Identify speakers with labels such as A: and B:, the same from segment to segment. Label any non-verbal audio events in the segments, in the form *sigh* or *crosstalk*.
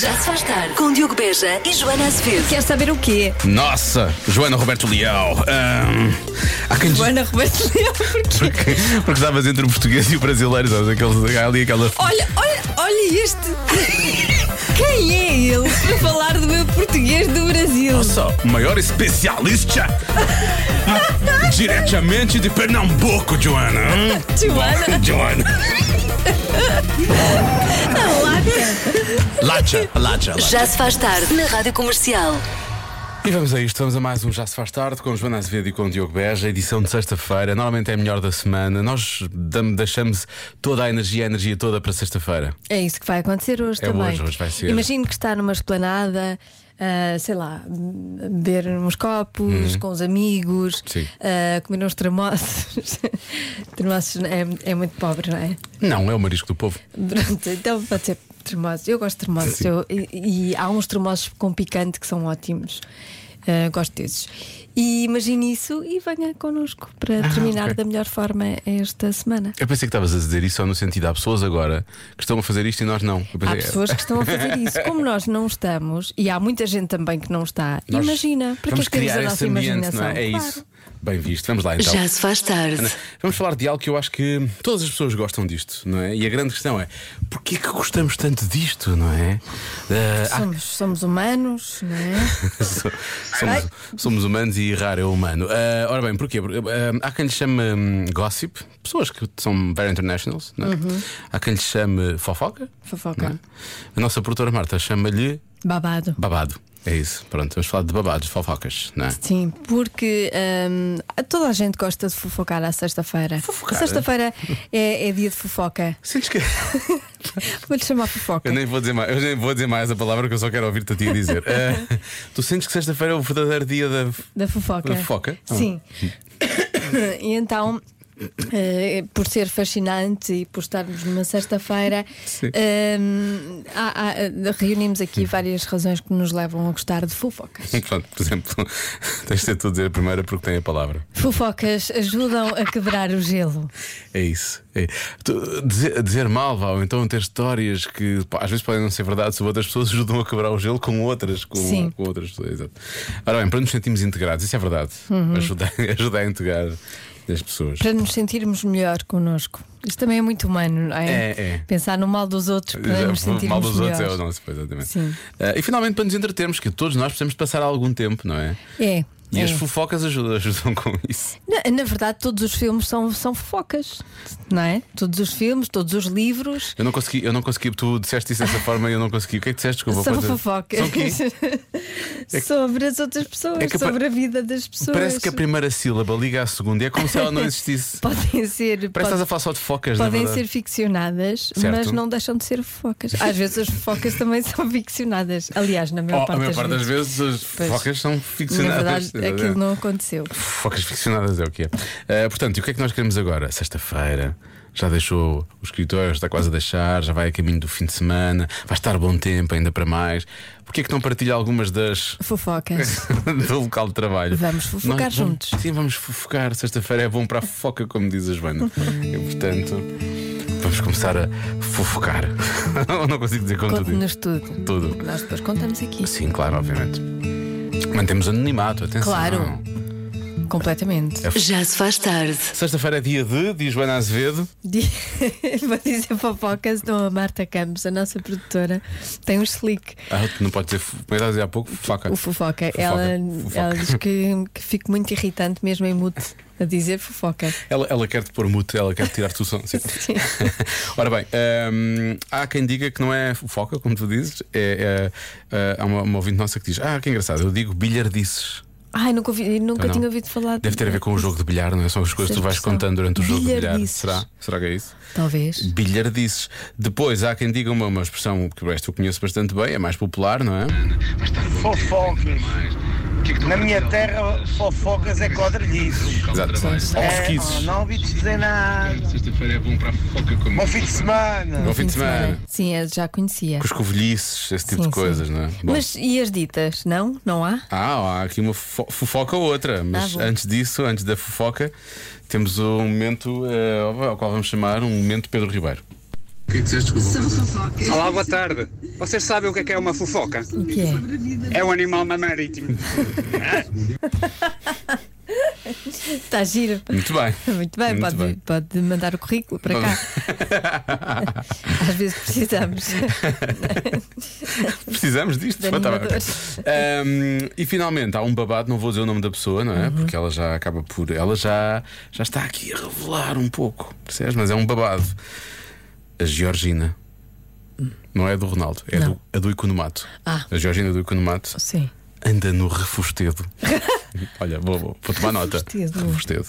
A: Já se faz tarde com Diogo Beja e Joana Azevedo.
B: Queres saber o quê?
C: Nossa, Joana Roberto Leal. Ahm, há quem diz
B: Joana Roberto Leal, porquê?
C: *laughs* porque, porque estavas entre o português e o brasileiro, sabes? Aqueles, há ali aquela.
B: Olha, olha, olha este. Quem é ele para falar do meu português do Brasil?
C: Nossa, o
B: *laughs*
C: maior especialista. Ah, Diretamente de Pernambuco, Joana. Hum,
B: Joana.
C: bom, Joana.
B: A lata.
C: Lacha, lacha, lacha.
A: Já se faz tarde na Rádio Comercial.
C: E vamos a isto, vamos a mais um Já Se Faz Tarde com Joana Azevedo e com Diogo Beja, edição de sexta-feira. Normalmente é a melhor da semana. Nós dam- deixamos toda a energia, a energia toda para sexta-feira.
B: É isso que vai acontecer hoje
C: É
B: também.
C: hoje, hoje vai ser.
B: Imagino que está numa esplanada. ah, sei lá, beber uns copos com os amigos,
C: Uhum. Sim.
B: ah, comer uns *laughs* tremoços. tremoços é, é muito pobre, não é?
C: Não, é o marisco do povo.
B: Pronto, então pode ser tremosos. Eu gosto de tremosos.
C: Sim.
B: Eu- e, e há uns tremosos com picante que são ótimos. Ah, gosto desses. E imagine isso e venha connosco para terminar
C: Ah, ok.
B: da melhor forma esta semana.
C: Eu pensei que estavas a dizer isso só no sentido há pessoas agora que estão a fazer isto e nós não.
B: Há
C: Eu pensei, é,
B: pessoas que estão a fazer isso. Como nós não estamos, e há muita gente também que não está,
C: Nós
B: imagina, para que é
C: vamos
B: que temos
C: criar
B: a nossa
C: esse ambiente,
B: imaginação?
C: não é? É
B: Claro.
C: isso. Bem visto. Vamos lá então.
A: Já se faz tarde.
C: Vamos falar de algo que eu acho que todas as pessoas gostam disto, não é? E a grande questão é: porquê que gostamos tanto disto, não é? Ah, há
B: Somos, somos humanos, não
C: *laughs*
B: é?
C: So- somos, somos humanos e errar é humano. Ah, ora bem, porquê? Porque, ah, há quem lhe chame hum, gossip, pessoas que são very internationals, não é?
B: Uhum.
C: há quem lhe chame fofoca.
B: Fofoca.
C: não é? A nossa produtora Marta chama-lhe
B: Babado.
C: babado. É isso, pronto, vamos falar de babados, fofocas, não é?
B: Sim, porque hum, toda a gente gosta de fofocar à sexta-feira.
C: Fofocar?
B: Sexta-feira é, é dia de fofoca. é
C: Sentes que.
B: Vou-lhe chamar
C: Eu
B: fofoca.
C: nem vou dizer mais, eu nem vou dizer mais a palavra que eu só quero ouvir-te a ti *laughs* dizer. Ah, tu sentes que sexta-feira é o verdadeiro dia da. *laughs*
B: Da fofoca.
C: Da fofoca? Ah.
B: Sim. *coughs* e então. eh, por ser fascinante e por estarmos numa sexta-feira,
C: Sim.
B: hum, há- há- reunimos aqui várias razões que nos levam a gostar de fofocas.
C: Pronto, por exemplo, *laughs* tens de ter tu a dizer a primeira porque tem a palavra.
B: Fofocas ajudam a quebrar o gelo.
C: É isso. É. Tu- dizer, dizer mal, Val, ou então ter histórias que pá, às vezes podem não ser verdade sobre outras pessoas, *laughs* ajudam a quebrar o gelo com outras, com,
B: Sim.
C: com outras pessoas. Exato. Ora bem, para nos sentirmos integrados, isso é verdade. Ajuda, *laughs* ajuda a integrar as pessoas.
B: Uhum. Para nos sentirmos melhor connosco. Isto também é muito humano, não é?
C: É, é.
B: Pensar no mal dos outros para nos
C: O
B: sentirmos
C: mal dos
B: melhor.
C: outros é o nosso, pois, exatamente.
B: Sim.
C: Ah, e finalmente para nos entretermos, que todos nós precisamos de passar algum tempo, não é?
B: É,
C: E
B: é.
C: as fofocas ajudam, *laughs* ajudam com isso.
B: Na, na verdade, todos os filmes são, são fofocas, não é? Todos os filmes, todos os livros
C: Eu não consegui, eu não consegui, tu disseste isso dessa forma e eu não consegui. O que é que disseste? Desculpa,
B: são
C: pode-
B: fofocas.
C: São o
B: *laughs*
C: quê?
B: sobre as outras pessoas,
C: é que pa-
B: sobre a vida das pessoas.
C: Parece que a primeira sílaba liga à segunda e é como se ela não
B: *laughs*
C: existisse.
B: Podem ser.
C: Parece que estás
B: pode-
C: a falar só de focas, na
B: Podem
C: verdade.
B: ser ficcionadas,
C: Certo.
B: mas não deixam de ser fofocas. Às vezes as focas também *laughs* são ficcionadas. Aliás, na maior
C: Oh, a
B: parte
C: maior
B: das
C: parte das
B: vezes.
C: vezes as
B: Pois.
C: focas são
B: Na
C: ficcionadas. é
B: verdade, é aquilo não aconteceu.
C: Focas ficcionadas é o que é. Ah, portanto, e o que é que nós queremos agora? Sexta-feira. Já deixou o escritório, está quase a deixar, já vai a caminho do fim de semana, vai estar bom tempo ainda para mais. Porquê é que não partilha algumas das
B: Fofocas.
C: *laughs* do local de trabalho?
B: Vamos fofocar
C: Nós vamos-
B: juntos.
C: Sim, vamos fofocar. Sexta-feira é bom para a fofoca, como diz a Joana. E portanto, vamos começar a fofocar. *laughs* não consigo dizer como tudo.
B: Conte-nos tudo.
C: Tudo.
B: Nós depois contamos aqui.
C: Sim, claro, obviamente. Mantemos anonimato, atenção.
B: Claro. Completamente.
C: É.
A: Já se faz tarde.
C: Sexta-feira é dia de, diz Joana Azevedo.
B: *laughs* Di- Vou dizer fofocas, não a Marta Campos, a nossa produtora, tem um slick.
C: Ah, tu não pode dizer, como é que estás a dizer há pouco? Fofoca.
B: O fofoca,
C: Fofoca.
B: Ela,
C: Fofoca.
B: ela diz que, que fico muito irritante mesmo em mute a dizer fofoca.
C: Ela, ela quer te pôr mute, ela quer tirar-te o som. Sim.
B: Sim.
C: *laughs* Ora bem, hum, há quem diga que não é fofoca, como tu dizes. É, é, é, há uma, uma ouvinte nossa que diz: Ah, que engraçado, eu digo bilhardices.
B: Ai, nunca, ouvi, nunca
C: Então não.
B: tinha ouvido falar.
C: Deve ter a ver com o jogo de bilhar, não é? São as coisas que tu vais
B: expressão.
C: contando durante o jogo de bilhar.
B: Bilhardices.
C: Será? Será que é isso?
B: Talvez.
C: Bilhardices. Depois há quem diga uma, uma expressão que esta eu conheço bastante bem, é mais popular, não é?
D: Fofocas. Na minha terra, fofocas é quadrilhice.
C: Exato. Ou
D: É,
C: pesquises.
D: não ouvi dizer nada.
E: Sexta-feira é bom para a fofoca com
D: Bom fim de semana.
C: Bom fim de semana.
B: Sim, é, já conhecia.
C: Com os covilhices, esse tipo
B: Sim,
C: de coisas, não é? Bom.
B: Mas e as ditas? Não? Não há?
C: Ah, há aqui uma fofo- fofoca ou outra, mas
B: Ah, bom.
C: antes disso, antes da fofoca, temos um momento eh, ao qual vamos chamar um momento Pedro Ribeiro.
E: O que é que disseste, desculpa?
F: Olá, boa tarde. Vocês sabem o que é que é uma fofoca?
B: O que é?
F: É um animal marítimo.
B: Está giro. *laughs*
C: Muito bem.
B: Muito bem,
C: Muito
B: pode,
C: bem.
B: pode mandar o currículo para cá.
C: *laughs*
B: Às vezes precisamos.
C: Precisamos disto.
B: De
C: Pá, tá bem.
B: animadores.
C: Ahm, e finalmente há um babado, não vou dizer o nome da pessoa, não
B: Uhum.
C: é? Porque ela já acaba por. Ela já, já está aqui a revelar um pouco, percebes? Mas é um babado. A Georgina. Não é do Ronaldo, é
B: Hum. Não.
C: do, a do Economato.
B: Ah.
C: A Georgina do Economato
B: Sim.
C: anda
B: *laughs*
C: no refustedo. Olha, vou, vou, vou tomar nota.
B: Refustedo.
C: Refustedo.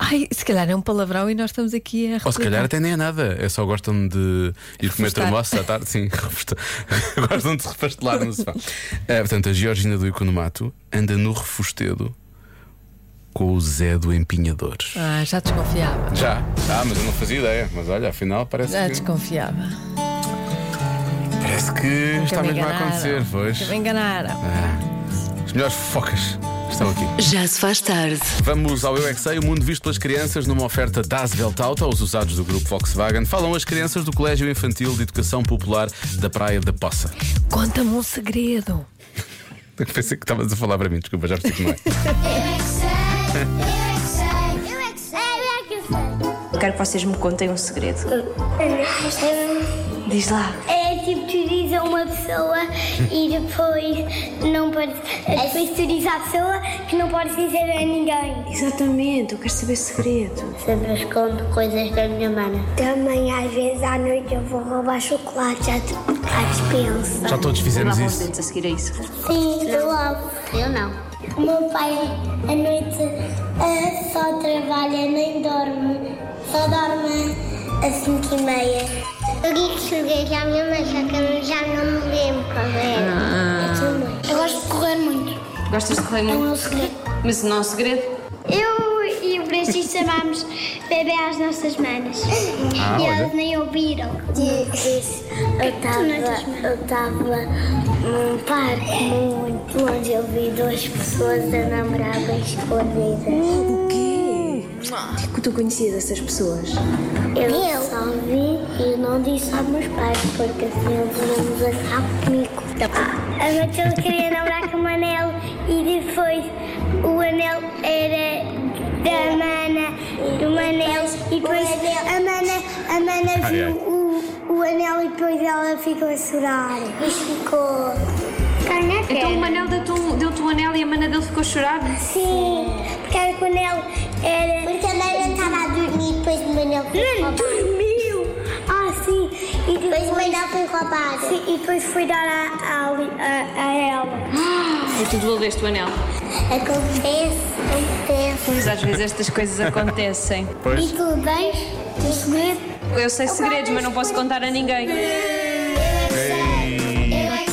B: Ai, se calhar é um palavrão e nós estamos aqui a
C: Ou se
B: replicar.
C: calhar até nem é nada, é só gostam de ir comer
B: Refustar.
C: termoço à tarde, sim, *laughs* refusta- gostam de se refastelar no sofá. Ah, portanto, a Georgina do Economato anda no refustedo com o Zé do Empinhadores.
B: Ah, já desconfiava.
C: Já, ah, mas eu não fazia ideia. Mas olha, afinal parece
B: Já
C: que,
B: desconfiava.
C: parece que está
B: me
C: mesmo a
B: enganaram.
C: acontecer, pois.
B: Nunca me
C: É.
B: enganaram.
C: As melhores focas estão aqui.
A: Já se faz tarde.
C: Vamos ao Eu é Que Sei, o mundo visto pelas crianças, numa oferta das Veltauta, aos usados do grupo Volkswagen. Falam as crianças do Colégio Infantil de Educação Popular da Praia da Poça.
B: Conta-me um segredo.
C: Eu *laughs* Pensei que estavas a falar para mim, desculpa, já percebi que não é.
G: Eu quero que vocês me contem um segredo. Diz lá.
H: É tipo, tu dizes a uma pessoa e depois não podes. Depois tu dizes à pessoa que não podes dizer a ninguém.
G: Exatamente, eu quero saber *laughs* segredo.
H: Sempre escondo coisas da minha mana. Também, às vezes, à noite eu vou roubar chocolate à, à dispensa.
C: Já todos fizemos
G: Lavam os
C: isso.
G: dentes a seguir a isso.
H: Sim, eu amo. Eu não. O meu pai, à noite, ah, só trabalha, nem dorme. Só dorme às 5 e meia. Eu digo cheguei já à minha mãe, só que eu já não me lembro qual é. Eu gosto de correr muito.
G: Gostas de correr muito?
H: É meu segredo.
G: Mas não é segredo?
H: Eu e o Francisco chamámos bebê às nossas manas.
C: Ah,
H: e
C: olha.
H: elas nem ouviram. Eu estava eu tava num parque muito longe. Eu vi duas pessoas a namorarem escondidas.
G: O quê? Que tu conhecias essas pessoas?
H: Eu, só vi e não disse aos meus pais, porque assim eles iam nos achar comigo. A Matilde queria namorar com o anel e depois o anel era da mana, do Manel. E depois a mana, a mana
C: Ai, ai.
H: viu o, o anel e depois ela ficou a chorar. E ficou...
G: Então o Manel deu-te deu um anel e a mana dele ficou a chorar?
H: Sim, porque era com o Manel era. Porque a Manel estava a dormir depois o Manel foi Não dormiu! Ah, sim! E depois, o Manel foi roubado. Sim, e depois foi dar a, a, a, a
G: Ah,
H: ela.
G: E tu devolveste o anel.
H: Acontece, acontece.
G: Pois às vezes estas coisas acontecem.
H: E tu vens? Tu segredo?
G: Eu sei segredos, mas não posso contar a ninguém.
H: Eu é que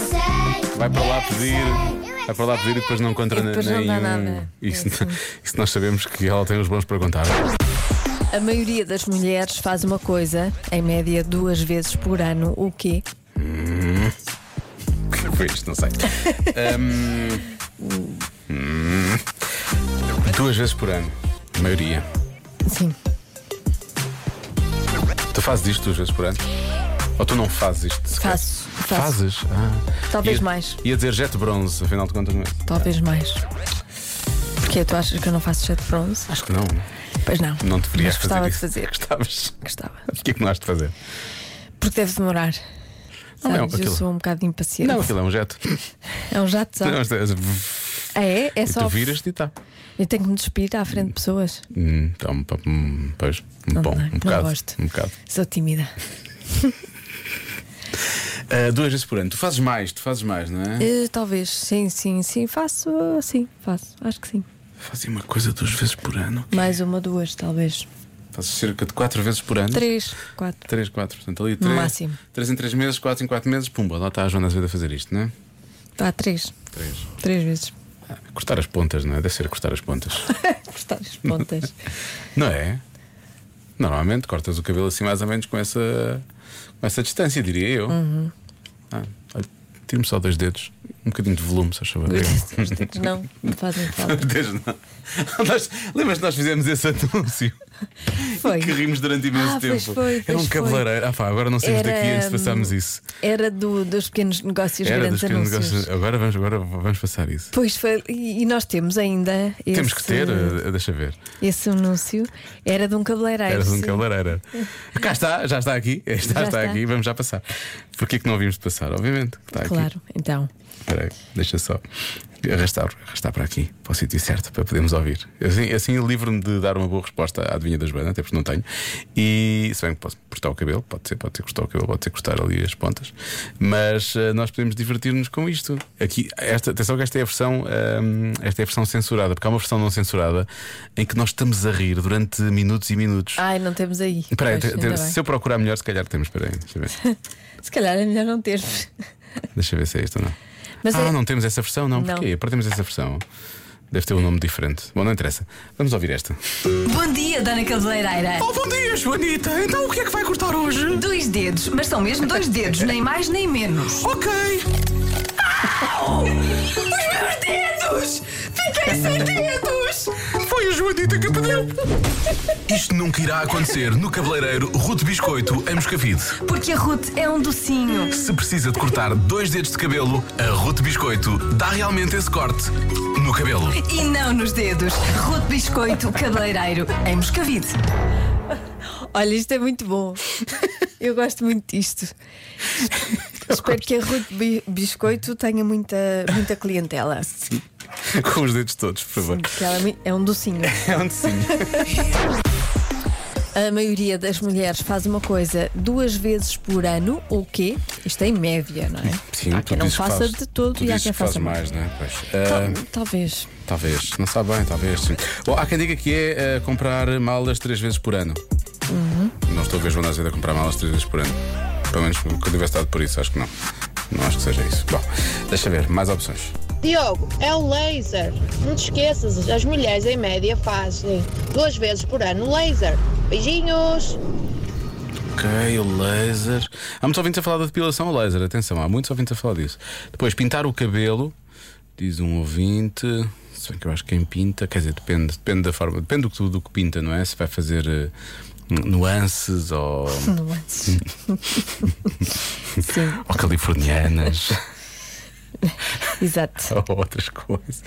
H: sei.
C: Vai para lá pedir. Vai para lá pedir e depois não contra
B: E depois não dá
C: nenhum.
B: nada. É assim.
C: Isso, isso nós sabemos que ela tem os bons para contar.
B: A maioria das mulheres faz uma coisa, em média duas vezes por ano, o quê?
C: O que é que foi isto? Não sei. Hum, hum, duas vezes por ano, a maioria.
B: Sim.
C: Tu fazes isto duas vezes por ano? Ou tu não fazes isto? sequer?
B: Faço, faço.
C: Fazes? Ah.
B: Talvez
C: Ia-
B: mais.
C: Ia dizer jet bronze, afinal de contas, não é?
B: Talvez mais. Porque tu achas que eu não faço chá de bronze?
C: Acho que não.
B: Pois não.
C: Não deverias
B: Mas gostava
C: fazer
B: de
C: isso.
B: fazer.
C: *laughs* Gostavas.
B: Gostava.
C: O que é que não has de fazer?
B: Porque deve demorar.
C: Não, é
B: Sabes, eu
C: aquilo-
B: sou um bocado impaciente.
C: Não, aquilo é um jet.
B: É um jato só.
C: Não, isto é-
B: Ah, é? É
C: E
B: só.
C: tu viras-te e tá.
B: Eu tenho que me despir à frente de pessoas.
C: Hum, tá, um, pa- hum, pois, um
B: Não
C: bom,
B: dá,
C: um
B: não
C: bocado.
B: gosto.
C: Um bocado.
B: Sou tímida.
C: Ah, duas vezes por ano. Tu fazes mais, tu fazes mais, não é?
B: Eh, talvez, sim, sim, sim. Faço, sim, faço. Acho que sim.
C: Fazes assim uma coisa duas vezes por ano.
B: Mais uma, duas, talvez.
C: Fazes cerca de quatro vezes por ano.
B: Três, quatro.
C: Três, quatro. Portanto, ali três.
B: máximo.
C: Três em três meses, quatro em quatro meses. Pumba, lá está a Joana Azevedo a fazer isto, não é?
B: Tá, três.
C: Três.
B: Três vezes. *laughs*
C: Ah, cortar as pontas, não é? Deve ser cortar as pontas.
B: Cortar as
C: *laughs*
B: pontas.
C: Não é? Normalmente cortas o cabelo assim mais ou menos com
B: Uhum.
C: essa, com essa distância, diria eu. Ah, olha, Tiro-me só dois dedos. Um bocadinho de volume, se achava. *laughs*
B: Os dedos não me fazem falta.
C: Lembras que *laughs* nós fizemos esse anúncio?
B: Foi.
C: *laughs* Que rimos durante imenso
B: Ah, pois
C: tempo.
B: foi,
C: Era um
B: pois foi.
C: cabeleireiro. Ah, pá, agora não saímos daqui antes de passarmos isso.
B: hum, Era do- dos pequenos negócios,
C: Era
B: grandes
C: dos pequenos
B: anúncios.
C: negócios. Agora vamos, agora vamos passar isso.
B: Pois foi, e e nós temos ainda.
C: Temos
B: esse-
C: que ter, eh, deixa ver.
B: Esse anúncio era de um cabeleireiro.
C: Era de um
B: sim. *laughs*
C: cabeleireiro. Cá está, já está aqui. *laughs* Já, está,
B: está.
C: aqui, vamos já passar. Porquê que não vimos de passar? Obviamente. Está aqui.
B: Claro, então.
C: Espera aí, deixa só arrastar, arrastar para aqui, para o sítio certo, para podermos ouvir. Assim, assim livro-me de dar uma boa resposta à adivinha da Joana, até porque não tenho. E se bem que posso cortar o cabelo, pode ser, pode ser cortar o cabelo, pode ser cortar ali as pontas. Mas eh, nós podemos divertir-nos com isto. Aqui, esta, atenção que esta é a versão, ahm, esta é a versão censurada, porque há uma versão não censurada em que nós estamos a rir durante minutos e minutos.
B: Ai, não temos aí.
C: Espera aí,
B: Ah, Pois,
C: te- te-
B: ainda bem.
C: se eu procurar melhor, se calhar temos. Espera aí, deixa
B: *laughs*
C: eu ver.
B: Se calhar é melhor não termos.
C: Deixa eu ver se é isto ou não.
B: Mas
C: ah,
B: é-
C: não temos essa versão, não.
B: Não.
C: Porquê? Perdemos essa versão. Deve ter um nome diferente. Bom, não interessa. Vamos ouvir esta.
I: Bom dia, Dona Cabeleireira.
C: Oh, bom dia, Joanita. Então o que é que vai cortar hoje?
I: Dois dedos, mas são mesmo dois dedos, nem mais nem menos.
C: Ok.
I: Os
C: É
I: meus dedos! Fiquei sem dedos!
C: Foi a Joanita que pediu. Isto nunca irá acontecer no cabeleireiro Ruto Biscoito em Moscavide.
I: Porque a Ruth é um docinho.
C: Se precisa de cortar dois dedos de cabelo, a Ruto Biscoito dá realmente esse corte no cabelo.
I: E não nos dedos. Ruth Biscoito Cabeleireiro, em Moscavide.
B: Olha, isto é muito bom. Eu gosto muito disto. Espero que a Ruth Bi- Biscoito tenha muita, muita clientela. Sim.
C: Com os dedos todos, por favor.
B: Porque ela é mui- é um
C: *laughs*
B: docinho.
C: É um docinho.
B: A maioria das mulheres faz uma coisa duas vezes por ano, ou quê? Isto é em média, não é?
C: Sim,
B: há
C: tu
B: quem não
C: dizes que
B: faça
C: fazes-
B: de todo
C: tu
B: e há
C: dizes
B: quem
C: que fazes
B: faça Então,
C: mais, não é? Pois. Ah,
B: Tal- talvez.
C: Talvez, não sabe bem, talvez. Sim. Bom, há quem diga que é eh, comprar malas três vezes por ano. Não estou a ver Joana Azevedo a comprar malas três vezes por ano. Pelo menos que eu tivesse estado por isso, acho que não. Não acho que seja isso. Bom, deixa ver, mais opções.
J: Diogo, é o laser. Não te esqueças, as mulheres em média fazem duas vezes por ano laser. Beijinhos!
C: Ok, o laser. Há muitos ouvintes a falar da depilação ao laser, atenção, há muitos ouvintes a falar disso. Depois, pintar o cabelo, diz um ouvinte. Se bem que eu acho que quem pinta, quer dizer, depende, depende da forma, depende do que, do que pinta, não é? Se vai fazer eh, nuances ou.
B: Nuances.
C: Hum.
B: Sim,
C: ou californianas *laughs*
B: exato.
C: ou outras coisas.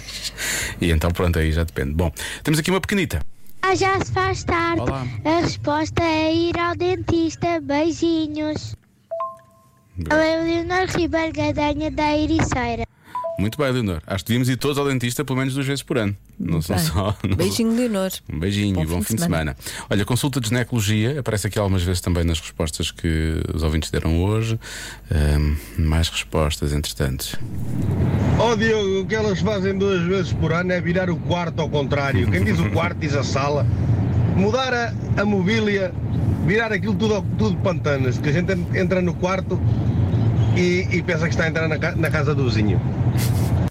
C: E então pronto, aí já depende. Bom, temos aqui uma pequenita.
H: Ah, já se faz tarde.
C: Olá.
H: A resposta é ir ao dentista. Beijinhos. Eu é o Leonor Ribeiro Gadanha da Ericeira.
C: Muito bem, Leonor. Acho que devíamos ir todos ao dentista pelo menos duas vezes por ano. Não são
B: Bem,
C: só. não-
B: Beijinho, Leonor.
C: Um beijinho e bom fim de semana. Olha, consulta de ginecologia aparece aqui algumas vezes também nas respostas que os ouvintes deram hoje. Ahm, mais respostas, entretanto.
D: Oh Diogo, o que elas fazem duas vezes por ano é virar o quarto ao contrário. Quem diz o quarto diz a sala. Mudar a, a mobília, virar aquilo tudo, ao- tudo pantanas, que a gente en- entra no quarto e, e pensa que está a entrar na, ca- na casa do vizinho.
B: Sim,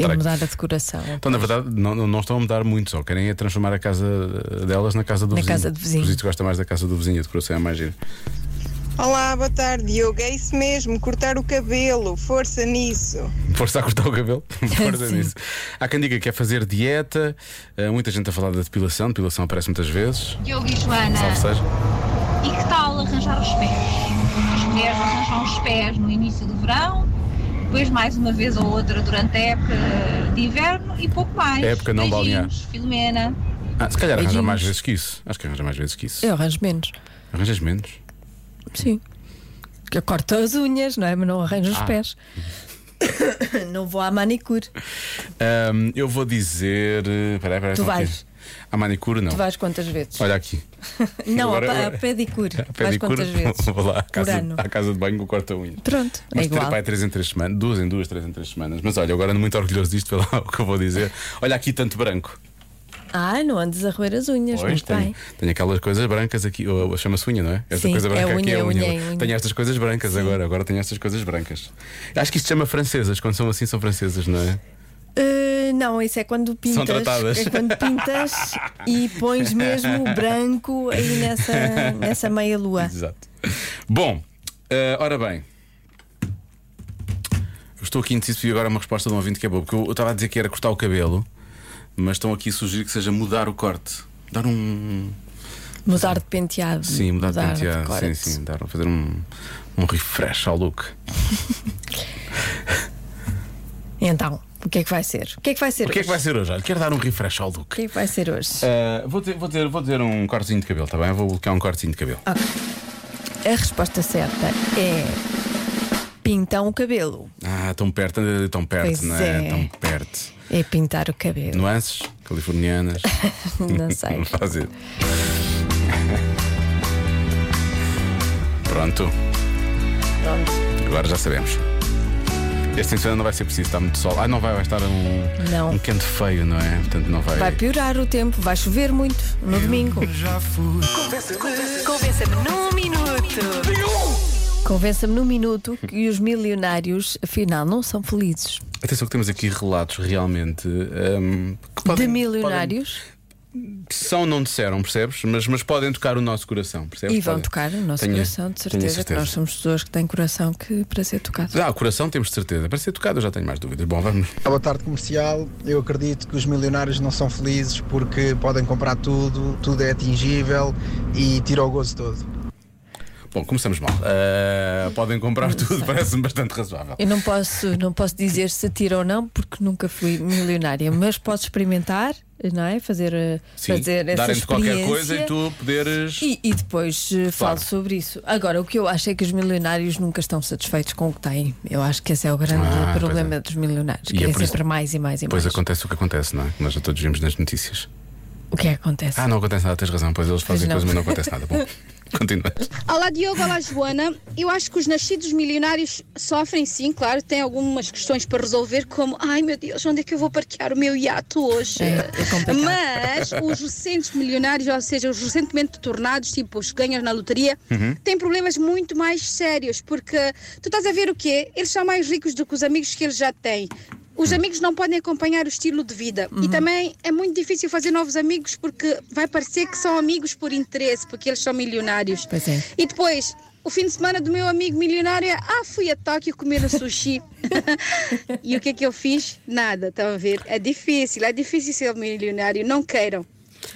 C: estranho.
B: mudar a decoração.
C: Então, na verdade, não, não- não estão a mudar muito, só querem é transformar a casa eh, delas na casa do
B: Na
C: vizinho.
B: casa do vizinho.
C: Por isso gosta mais da casa do vizinho, a decoração é mais gira.
J: Olá, boa tarde, Diogo. É isso mesmo, cortar o cabelo, força nisso.
C: Força a cortar o cabelo. *laughs* Força
B: Sim.
C: nisso. Há quem diga que é fazer dieta. eh, muita gente a falar da depilação. Depilação aparece muitas vezes.
I: Diogo e Joana,
B: Ah.
C: Salve seja.
I: e que tal arranjar os pés? As mulheres arranjam os pés no início do verão, depois mais uma vez ou outra durante a época de inverno e pouco mais.
C: Época não balnear.
I: Beijinhos, Filomena.
C: Ah, se calhar arranja
B: Beijinhos.
C: mais vezes que isso. Acho que arranja mais vezes que isso.
B: Eu arranjo menos.
C: Arranjas menos.
B: Sim. Eu corto as unhas, não é? Mas não arranjo
C: Ah.
B: os pés. *coughs* não vou à manicure.
C: Ahm, eu vou dizer. eh, Peraí, peraí.
B: Tu
C: não,
B: vais.
C: aqui. A manicure não.
B: Tu vais quantas vezes?
C: Olha aqui.
B: não,
C: agora-
B: a, a pedicure.
C: A
B: *laughs* vais
C: pedicure,
B: quantas vezes?
C: *laughs* Vou lá à casa,
B: ano.
C: à casa de banho com o corta-unha.
B: Pronto, é
C: Mas ter
B: igual.
C: pai três em três semanas, duas em duas, três em três semanas. Mas olha, agora ando muito orgulhoso disto, *laughs* pelo o que eu vou dizer. Olha aqui tanto branco.
B: Ah, não andes a roer as unhas,
C: Pois,
B: muito
C: tenho,
B: bem.
C: tenho aquelas coisas brancas aqui, ou chama-se unha, não é? Esta
B: Sim,
C: coisa
B: é
C: branca aqui
B: unha,
C: é a
B: unha,
C: unha.
B: é unha.
C: Tenho estas coisas brancas agora, agora tenho estas coisas brancas. Acho que isto se chama francesas, quando são assim são francesas, não
B: *laughs*
C: é?
B: Ah, não, isso é quando pintas.
C: tratadas.
B: É quando pintas e pões mesmo o branco aí nessa, nessa meia lua.
C: Exato. Bom, eh, ora bem. estou aqui indeciso e agora uma resposta de um ouvinte que é boa, porque eu eu estava a dizer que era cortar o cabelo, mas estão aqui a sugerir que seja mudar o corte. Dar um.
B: Mudar de penteado.
C: Sim, mudar de penteado. Sim,
B: corte.
C: sim, dar, fazer um, um refresh ao look.
B: Então, o que é que vai ser? O que é que vai ser
C: O que é que vai ser hoje? Olha, quero dar um refresh ao look.
B: O que é que vai ser hoje?
C: Ah, vou, ter, vou, ter, vou ter um cortezinho de cabelo, está bem? Vou bloquear um cortezinho de cabelo.
B: Ah. A resposta certa é. Pintam o cabelo.
C: Ah, tão perto, eh, tão perto,
B: Pois
C: não é?
B: é.
C: Tão perto.
B: É pintar o cabelo.
C: Nuances
B: *laughs*
C: californianas.
B: Não sei.
C: Fazer. Pronto. Agora já sabemos. Este fim de semana não vai ser preciso, está muito sol. Ah, não vai, vai estar um,
B: Não.
C: um canto feio, não é? Portanto, não vai.
B: Vai piorar o tempo, vai chover muito no domingo.
A: Convença-me num minuto.
B: Convença-me num minuto que os milionários, afinal, não são felizes.
C: Atenção que temos aqui relatos realmente hum, que podem-
B: de milionários
C: podem- são, não disseram, percebes? Mas, mas podem tocar o nosso coração, percebes?
B: e vão
C: Podem.
B: tocar o nosso
C: Tenho-
B: coração, de
C: tenho
B: certeza, que nós somos pessoas que têm coração que para ser tocado.
C: Ah, o coração temos de certeza. Para ser tocado, eu já tenho mais dúvidas. Bom, vamos.
K: Boa É tarde comercial. Eu acredito que os milionários não são felizes porque podem comprar tudo, tudo é atingível e tira o gozo todo.
C: Bom, começamos mal. Ah, podem comprar tudo, parece-me bastante razoável.
B: Eu não posso, não posso dizer se tira ou não, porque nunca fui milionária, mas posso experimentar, não é? Fazer, eh,
C: Sim,
B: fazer essa
C: darem-te qualquer coisa e
B: experiência.
C: tu poderes.
B: E, e depois eh, falo sobre isso. Agora, o que eu acho é que os milionários nunca estão satisfeitos com o que têm. Eu acho que esse é o grande
C: Ah, pois
B: problema
C: é.
B: dos milionários.
C: E é
B: Querem
C: por isso-
B: sempre mais e mais e
C: Pois
B: mais.
C: acontece o que acontece, não é? Nós já todos vimos nas notícias.
B: O que é que acontece?
C: Ah, não acontece nada, tens razão. Pois eles fazem
B: não.
C: coisas, mas não acontece nada. Bom, *laughs* continua.
L: Olá Diogo, olá Joana. Eu acho que os nascidos milionários sofrem sim, claro, têm algumas questões para resolver, como ai meu Deus, onde é que eu vou parquear o meu iato hoje?
B: É,
L: Mas os recentes milionários, ou seja, os recentemente tornados, tipo os que ganham na lotaria,
M: Uhum.
L: têm problemas muito mais sérios, porque tu estás a ver o quê? Eles são mais ricos do que os amigos que eles já têm. Os amigos não podem acompanhar o estilo de vida
B: Uhum.
L: e também é muito difícil fazer novos amigos porque vai parecer que são amigos por interesse, porque eles são milionários.
B: Pois é.
L: E depois, o fim de semana do meu amigo milionário é: Ah, fui a Tóquio comer um sushi. e o que é que eu fiz? Nada, estão a ver? É difícil, é difícil ser milionário. Não queiram.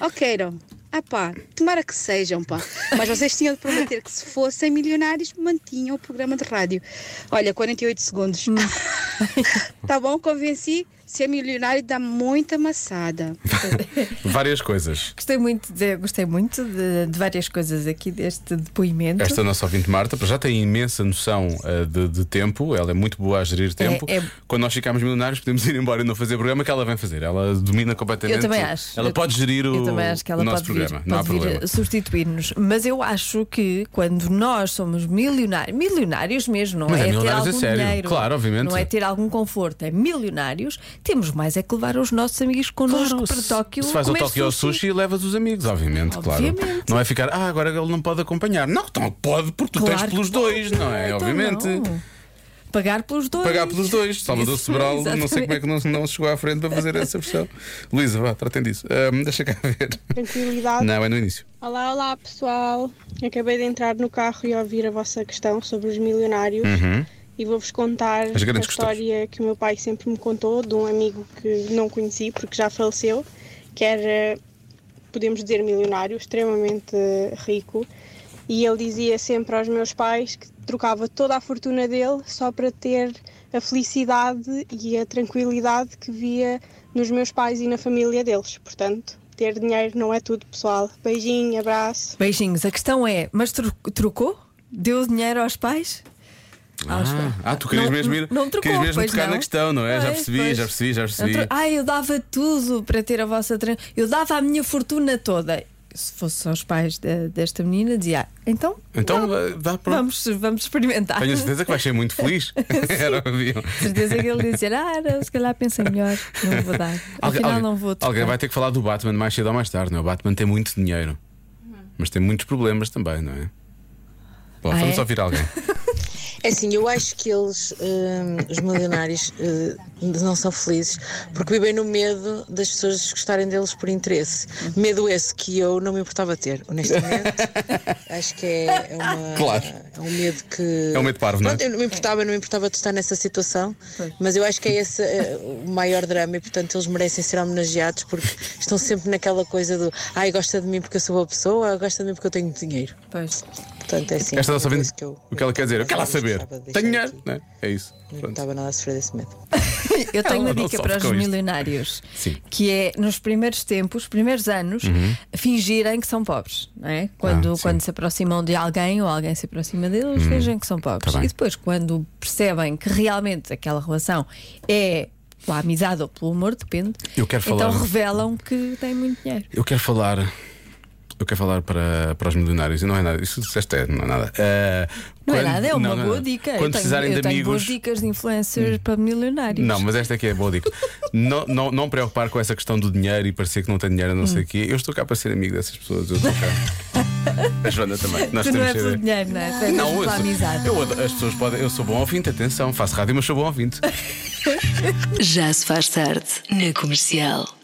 L: Ou queiram. Ah pá, tomara que sejam, pá. Mas vocês tinham de prometer que se fossem milionários, mantinham o programa de rádio. Olha, 48 segundos. *laughs* tá bom, convenci. Ser milionário dá muita maçada.
C: Várias coisas.
B: Gostei muito, de, gostei muito de, de várias coisas aqui deste depoimento.
C: Esta nossa ouvinte Marta para já tem imensa noção ah, de, de tempo, ela é muito boa a gerir tempo.
B: é-
C: Quando nós ficarmos milionários, podemos ir embora e não fazer programa que ela vem fazer. Ela domina completamente.
B: Eu também acho.
C: Ela
B: Eu-
C: pode gerir o,
B: eu também acho que ela
C: o nosso
B: pode
C: programa.
B: vir,
C: não há
B: pode vir
C: problema.
B: substituir-nos. Mas eu acho que quando nós somos milionários, milionários mesmo, não
C: Mas é
B: é, ter
C: milionários a
B: algum
C: sério,
B: dinheiro,
C: claro, obviamente.
B: não é ter algum conforto, é milionários, temos mais é que levar os nossos amigos connosco para Tóquio.
C: Se faz o
B: comer
C: Tóquio ao sushi, levas os amigos, obviamente, claro.
B: Obviamente.
C: Não é ficar, ah, agora ele não pode acompanhar. Não, então pode, porque tu
B: Claro
C: tens
B: que
C: pelos dois, não é?
B: Então
C: obviamente.
B: não. Pagar pelos dois.
C: Pagar pelos dois. Salvador
B: Isso,
C: Sobral, não sei como é que não, não chegou à frente para fazer essa versão. Luísa, vá, tratem disso. Ahm, deixa cá ver.
N: Tranquilidade.
C: Não, é no início.
N: Olá, olá pessoal. Acabei de entrar no carro e ouvir a vossa questão sobre os milionários.
C: Uhum.
N: E vou-vos contar
C: As
N: a
C: grandes questões.
L: é
N: história que o meu pai sempre me contou de um amigo que não conheci porque já faleceu, que era, eh, podemos dizer, milionário, extremamente eh, rico. E ele dizia sempre aos meus pais que trocava toda a fortuna dele só para ter a felicidade e a tranquilidade que via nos meus pais e na família deles. Portanto, ter dinheiro não é tudo, pessoal. Beijinho, abraço.
B: Beijinhos. A questão é, mas tru- trocou? Deu dinheiro aos pais? Aos pais.
C: Ah, ah, tu querias
B: Não-
C: mesmo ir.
B: não trocou,
C: querias mesmo
B: pois
C: tocar
B: não.
C: na questão, não é? já
B: Pois,
C: percebi,
B: pois.
C: já percebi, já percebi.
B: Outro- Ah, eu dava tudo para ter a vossa tran- Eu dava a minha fortuna toda. Se fosse só os pais de- desta menina, dizia: "Ah, então
C: Então ah, dá para.
B: vamos, vamos experimentar.
C: Tenho a certeza que vais ser muito *laughs* feliz. Era o avião.
B: Certeza que ele dizia: Ah, não, se calhar pensei melhor, não vou dar.
C: Alguém-
B: Afinal,
C: alguém-
B: não vou. tocar."
C: Alguém vai ter que falar do Batman mais cedo ou mais tarde, não é? O Batman tem muito dinheiro, mas tem muitos problemas também, não é? Bom,
O: Ah,
C: vamos
O: é?
C: ouvir alguém.
M: É assim, eu acho que eles, hum, os milionários, hum, não são felizes porque vivem no medo das pessoas gostarem deles por interesse. Medo esse que eu não me importava ter, honestamente. acho que é, é uma-
C: Claro.
M: é um medo que.
C: É um medo parvo, não é?
M: Pronto, eu não me importava, não me importava de estar nessa situação, mas eu acho que é esse eh, o maior drama e, portanto, eles merecem ser homenageados porque estão sempre naquela coisa do ai, gosta de mim porque eu sou boa pessoa, ou gosta de mim porque eu tenho dinheiro.
B: Pois.
M: Portanto, é assim.
C: Esta nossa ouvinte,
M: coisa que eu
C: o que ela quer dizer? O que ela saber?
M: gostava de
C: Tenho
M: deixar
C: dinheiro, não é? É isso.
M: Não tá estava nada a sofrer desse medo.
B: Eu tenho
M: Ela
B: uma
M: não
B: dica
M: sofre
B: para os
M: com isto.
B: milionários,
C: Sim.
B: que é nos primeiros tempos, primeiros anos,
C: Uhum. Ah,
B: fingirem que são pobres, não é? Quando, quando se aproximam de alguém ou alguém se aproxima deles,
C: Uhum.
O: Hum.
B: fingem que são pobres.
O: Tá bem.
B: e depois, quando percebem que realmente aquela relação é pela amizade ou pelo amor, depende,
C: Eu quero falar-
B: então revelam que têm muito dinheiro.
C: Eu quero falar. Eu quero falar para, para os milionários. E não é nada. Isso que disseste é, não é nada. Eh,
B: Não é
C: quando-
B: nada, é uma
C: não, não
B: boa dica.
C: Quando
B: eu tenho,
C: precisarem
B: eu
C: de
B: tenho boas
C: amigos. Hum.
B: dicas de influencers para milionários.
C: Não, mas esta é que é a boa dica. não, não, não preocupar com essa questão do dinheiro e parecer que não tem dinheiro, não sei o
B: Hum.
C: quê. Eu estou cá para ser amigo dessas pessoas. Eu estou cá.
B: *laughs*
C: a Joana também. Nós
B: Tu não
C: temos
B: é
C: que ser-
B: pelo dinheiro, não é? Tu é mesmo
C: Não, eu
B: pela
C: sou-
B: amizade.
C: eu adoro- as pessoas podem. Eu sou bom ouvinte, atenção, faço rádio, mas sou bom ouvinte.
A: Já se faz tarde na comercial.